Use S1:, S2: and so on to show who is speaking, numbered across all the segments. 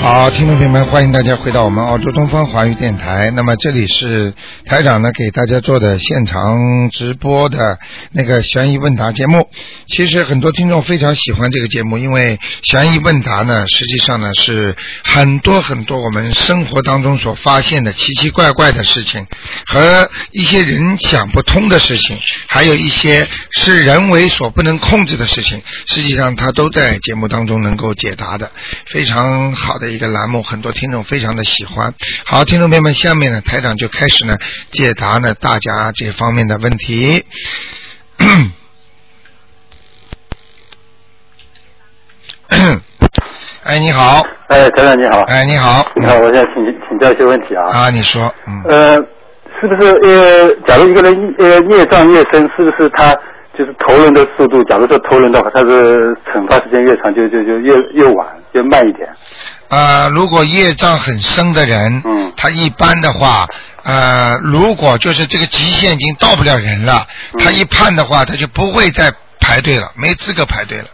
S1: 好，听众朋友们，欢迎大家回到我们澳洲东方华语电台。那么这里是台长呢给大家做的现场直播的那个悬疑问答节目。其实很多听众非常喜欢这个节目，因为悬疑问答呢，实际上呢是很多很多我们生活当中所发现的奇奇怪怪的事情和一些人想不通的事情，还有一些是人为所不能控制的事情，实际上它都在节目当中能够解答的，非常好的。一个栏目，很多听众非常的喜欢。好，听众朋友们，下面呢，台长就开始呢解答呢大家这方面的问题。哎，你好，
S2: 哎，台长你好，
S1: 哎，你好，
S2: 你好，我想请请教一些问题啊。
S1: 啊，你说，嗯，
S2: 呃，是不是呃，假如一个人呃业障越深，是不是他就是投人的速度？假如说投人的话，他是惩罚时间越长，就就就越越晚，越慢一点。
S1: 呃，如果业障很深的人，
S2: 嗯
S1: 他一般的话，呃，如果就是这个极限已经到不了人了，
S2: 嗯
S1: 他一判的话，他就不会再排队了，没资格排队了。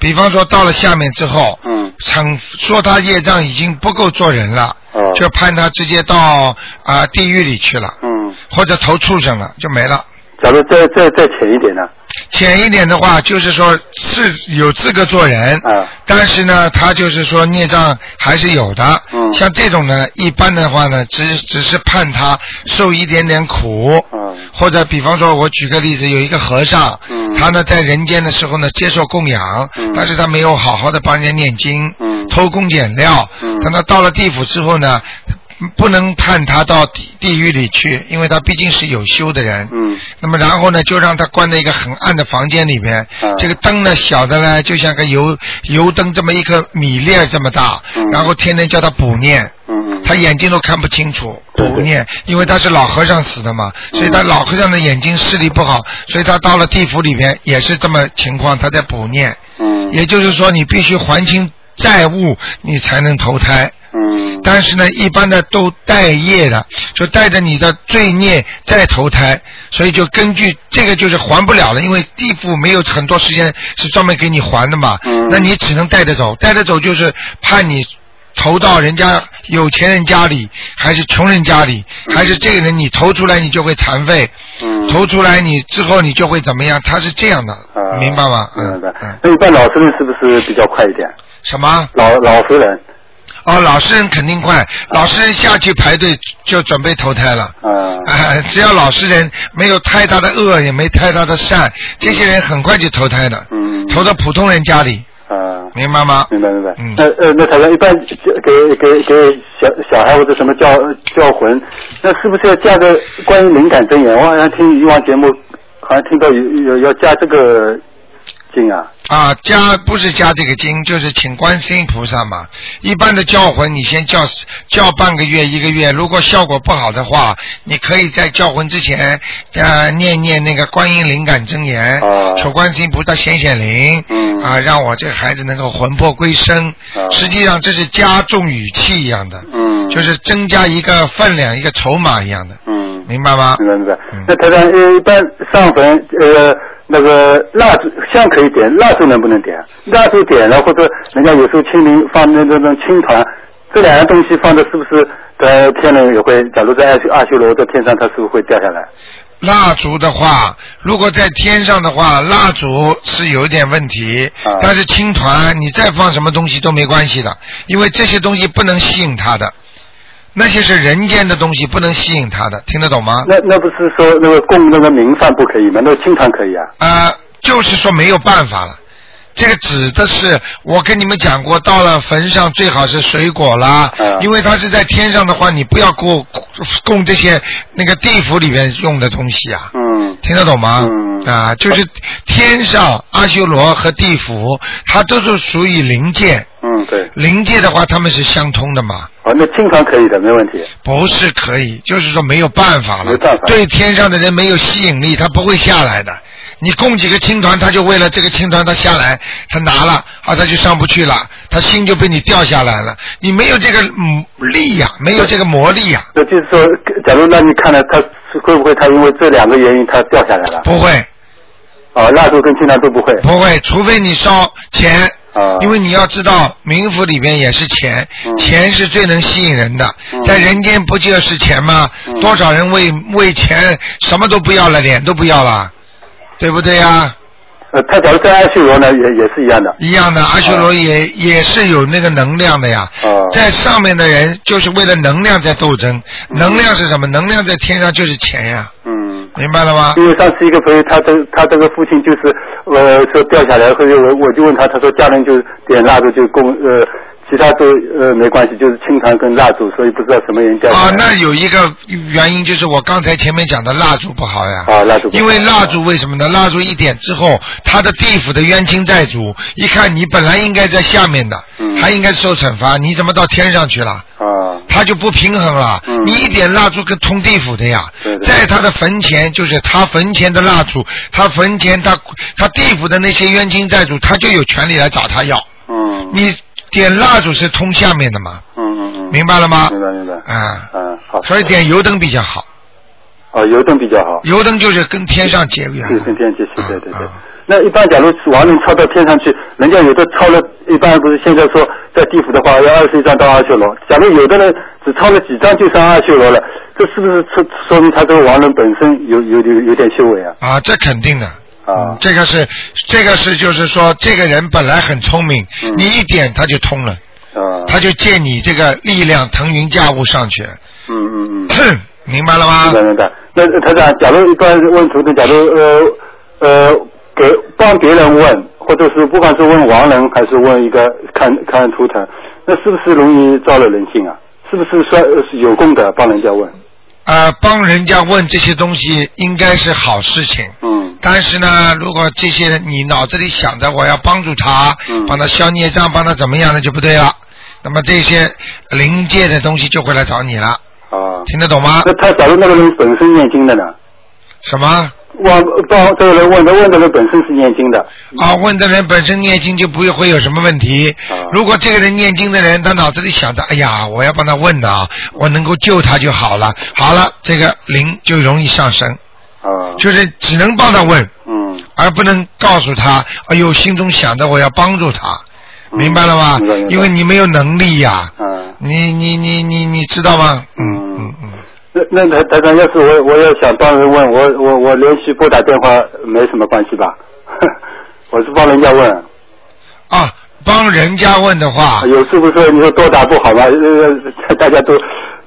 S1: 比方说到了下面之后，
S2: 嗯
S1: 惩说他业障已经不够做人了，
S2: 哦
S1: 就判他直接到啊、地狱里去了，
S2: 嗯，
S1: 或者投畜生了，就没了。
S2: 假如再再再浅一点呢？
S1: 浅一点的话，就是说是有资格做人，
S2: 嗯
S1: 但是呢，他就是说孽障还是有的。
S2: 嗯
S1: 像这种呢，一般的话呢，只只是判他受一点点苦。
S2: 嗯
S1: 或者比方说，我举个例子，有一个和尚，
S2: 嗯
S1: 他呢在人间的时候呢接受供养，
S2: 嗯
S1: 但是他没有好好的帮人家念经，
S2: 嗯
S1: 偷工减料，
S2: 嗯
S1: 等到到了地府之后呢。不能判他到地地狱里去，因为他毕竟是有修的人。
S2: 嗯
S1: 那么然后呢，就让他关在一个很暗的房间里面。
S2: 嗯
S1: 这个灯呢，小的呢，就像个油油灯这么一颗米粒儿这么大。
S2: 嗯
S1: 然后天天叫他补念，
S2: 嗯嗯。
S1: 他眼睛都看不清楚，
S2: 对对
S1: 补念，因为他是老和尚死的嘛，
S2: 嗯
S1: 所以他老和尚的眼睛视力不好，所以他到了地府里面也是这么情况，他在补念。
S2: 嗯
S1: 也就是说，你必须还清债务，你才能投胎。
S2: 嗯
S1: 但是呢，一般的都带业的，就带着你的罪孽再投胎，所以就根据这个就是还不了了，因为地府没有很多时间是专门给你还的嘛，
S2: 嗯
S1: 那你只能带着走，带着走就是判你。投到人家有钱人家里，还是穷人家里，还是这个人你投出来你就会残废，
S2: 嗯
S1: 投出来你之后你就会怎么样？他是这样的，
S2: 啊
S1: 明白吗？
S2: 明
S1: 嗯
S2: 白
S1: 嗯。。
S2: 那一般老实人是不是比较快一点？
S1: 什么？
S2: 老老实人，
S1: 哦，老实人肯定快，老实人下去排队就准备投胎了。
S2: 嗯
S1: 啊，只要老实人没有太大的恶，也没太大的善，这些人很快就投胎的，
S2: 嗯
S1: 投到普通人家里，
S2: 嗯。
S1: 明白吗？
S2: 明白明白
S1: 嗯。
S2: 那呃，那他说一般给给给小小孩或者什么叫叫魂，那是不是要加个关于灵感真言？我好像听以往节目，好像听到有有要加这个经啊。
S1: 啊，加不是加这个经，就是请观世音菩萨嘛。一般的叫魂，你先叫叫半个月、一个月，如果效果不好的话，你可以在叫魂之前，呃，念念那个观音灵感真言，
S2: 哦
S1: 求观世音菩萨显显灵，
S2: 嗯
S1: 啊，让我这个孩子能够魂魄归生。
S2: 哦
S1: 实际上这是加重语气一样的，
S2: 嗯。
S1: 就是增加一个分量、一个筹码一样的，
S2: 嗯。
S1: 明白吗？
S2: 明白明白
S1: 嗯。
S2: 那台长，呃，一般上坟呃那个蜡烛香可以点，蜡烛能不能点？啊蜡烛点了，或者人家有时候清明放那种那种青团，这两样东西放的是不是在天人也会？假如在阿修阿修罗在天上，它是不是会掉下来？
S1: 蜡烛的话，如果在天上的话，蜡烛是有一点问题，
S2: 啊
S1: 但是青团你再放什么东西都没关系的，因为这些东西不能吸引他的，那些是人间的东西不能吸引他的，听得懂吗？
S2: 那那不是说那个供那个名饭不可以吗？那个青团可以啊？
S1: 呃，就是说没有办法了。这个指的是我跟你们讲过，到了坟上最好是水果啦，
S2: 嗯
S1: 因为它是在天上的话，你不要供供这些那个地府里面用的东西啊。
S2: 嗯
S1: 听得懂吗？
S2: 嗯
S1: 啊，就是天上阿修罗和地府，它都是属于灵界。
S2: 嗯，对。
S1: 灵界的话，他们是相通的嘛，
S2: 哦，那青团可以的，没问题。
S1: 不是可以，就是说没有办法了。
S2: 没办法
S1: 对天上的人没有吸引力，他不会下来的。你供几个青团，他就为了这个青团他下来，他拿了啊，他就上不去了，他心就被你掉下来了。你没有这个嗯力呀、没有这个魔力呀、
S2: 那就是说，假如让你看了他是会不会他因为这两个原因他掉下来了？
S1: 不 会
S2: 啊，蜡烛跟清汤都不会。
S1: 不会，除非你烧钱。
S2: 啊，
S1: 因为你要知道，冥府里面也是钱，
S2: 嗯
S1: 钱是最能吸引人的，
S2: 嗯
S1: 在人间不就是钱吗？
S2: 嗯
S1: 多少人为为钱什么都不要了，脸都不要了，对不对呀、
S2: 呃，他假如在阿修罗呢，也也是一样的。
S1: 一样的，阿修罗也、也是有那个能量的呀。
S2: 哦
S1: 在上面的人就是为了能量在斗争，能量是什么？能量在天上就是钱呀，
S2: 嗯。
S1: 明白了吗？
S2: 因为上次一个朋友，他这他这个父亲就是呃说掉下来，后来我我就问他，他说家人就点蜡烛就供呃，其他都呃没关系，就是青团跟蜡烛，所以不知道什么原因掉下
S1: 啊
S2: 来。，
S1: 那有一个原因就是我刚才前面讲的蜡烛不好呀。
S2: 啊蜡烛不好
S1: 因为蜡烛为什么呢？蜡烛一点之后，他的地府的冤亲债主一看你本来应该在下面的，
S2: 嗯
S1: 还应该受惩罚，你怎么到天上去了？
S2: 啊
S1: 他就不平衡了。
S2: 嗯
S1: 你一点蜡烛跟通地府的呀，
S2: 对对
S1: 在他的坟前，就是他坟前的蜡烛，他坟前他他地府的那些冤亲债主，他就有权利来找他要。
S2: 嗯
S1: 你点蜡烛是通下面的嘛，
S2: 嗯嗯嗯，
S1: 明白了吗？
S2: 明白明白。
S1: 啊、
S2: 嗯好。
S1: 所以点油灯比较好，
S2: 哦油灯比较好。
S1: 油灯就是跟天上结缘
S2: 是
S1: 了。
S2: 跟天气是，对对对
S1: 啊。
S2: 那一般假如亡人超到天上去，人家有的超了，一般不是现在说在地府的话要二十一张到阿修罗，假如有的人只超了几张就上阿修罗了，这是不是说说明他这个亡人本身有有有有点修为啊？
S1: 啊，这肯定的。
S2: 啊，
S1: 这个是，这个是，就是说，这个人本来很聪明，
S2: 嗯
S1: 你一点他就通了，
S2: 啊，
S1: 嗯他就借你这个力量腾云驾雾上去了。
S2: 嗯嗯嗯。
S1: 明白了吗
S2: 明？白明白。那台长，假如一般问徒弟，假如呃呃给帮别人问，或者是不管是问亡人还是问一个看看图腾，那是不是容易招惹人性啊？是不是说呃是有功德帮人家问？
S1: 呃，帮人家问这些东西应该是好事情，
S2: 嗯
S1: 但是呢，如果这些你脑子里想着我要帮助他，
S2: 嗯
S1: 帮他消孽障，帮他怎么样，那就不对了。那么这些灵界的东西就会来找你了，
S2: 啊。
S1: 听得懂吗
S2: 那？他假如那个人本身念经的呢？
S1: 什么啊
S2: 问帮这个人问的问的人本身是念经的，
S1: 啊？问的人本身念经就不会会有什么问题
S2: 嗯啊。
S1: 如果这个人念经的人，他脑子里想着，哎呀，我要帮他问的啊，我能够救他就好了。好了，这个灵就容易上升，
S2: 啊，
S1: 就是只能帮他问。
S2: 嗯，
S1: 而不能告诉他，哎呦，心中想着我要帮助他，
S2: 嗯
S1: 明白了吗
S2: 明白明？白
S1: 因为你没有能力呀、
S2: 嗯。
S1: 你你你你你知道吗？
S2: 嗯
S1: 嗯嗯，
S2: 那那台台长，要是我我要想帮人问，我我我连续拨打电话没什么关系吧？ 我是帮人家问，
S1: 啊，帮人家问的话，
S2: 有是不是你说多打不好吗？呃大家都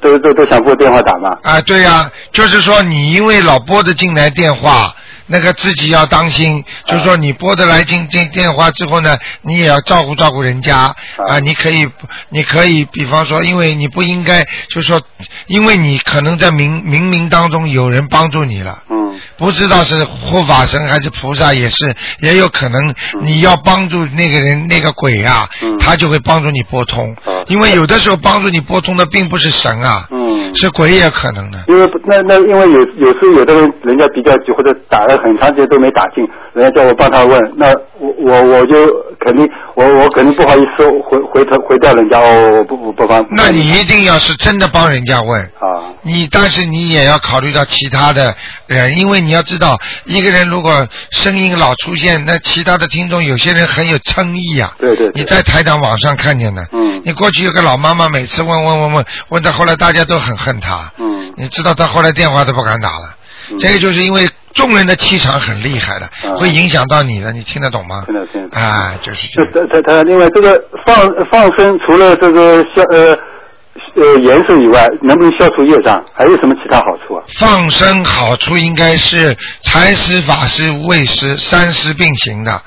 S2: 都都都想拨电话打嘛。
S1: 啊，对呀、就是说你因为老拨得进来电话，那个自己要当心，就是
S2: 哎
S1: 说你拨得来进进电话之后呢，你也要照顾照顾人家
S2: 哎
S1: 啊。你可以，你可以，比方说，因为你不应该，就是说，因为你可能在冥冥冥当中有人帮助你了。
S2: 嗯
S1: 不知道是护法神还是菩萨，也是也有可能你要帮助那个人那个鬼啊，
S2: 嗯
S1: 他就会帮助你拨通
S2: 啊，
S1: 因为有的时候帮助你拨通的并不是神啊，
S2: 嗯，
S1: 是鬼也可能的。
S2: 因为那那因为有有时候有的人人家比较急，或者打了很长时间都没打进，人家叫我帮他问，那我我我就肯定我我肯定不好意思回回头回掉人家，哦，我不我不帮。
S1: 那你一定要是真的帮人家问。
S2: 啊，
S1: 你但是你也要考虑到其他的人，因为你要知道，一个人如果声音老出现，那其他的听众有些人很有诚意啊。
S2: 对对对
S1: 你在台长网上看见的，
S2: 嗯
S1: 你过去有个老妈妈，每次问问问问，问到后来大家都很恨她。
S2: 嗯
S1: 你知道她后来电话都不敢打了，
S2: 嗯
S1: 这个就是因为众人的气场很厉害的，
S2: 嗯
S1: 会影响到你的，你听得懂吗？
S2: 听得懂听得懂
S1: 啊，就是这
S2: 这
S1: 样。
S2: 这这他另外这个放放生，除了这个消呃呃延寿以外，能不能消除业障？还有什么其他好处啊？
S1: 放生好处应该是财食、法食、味食三食并行的。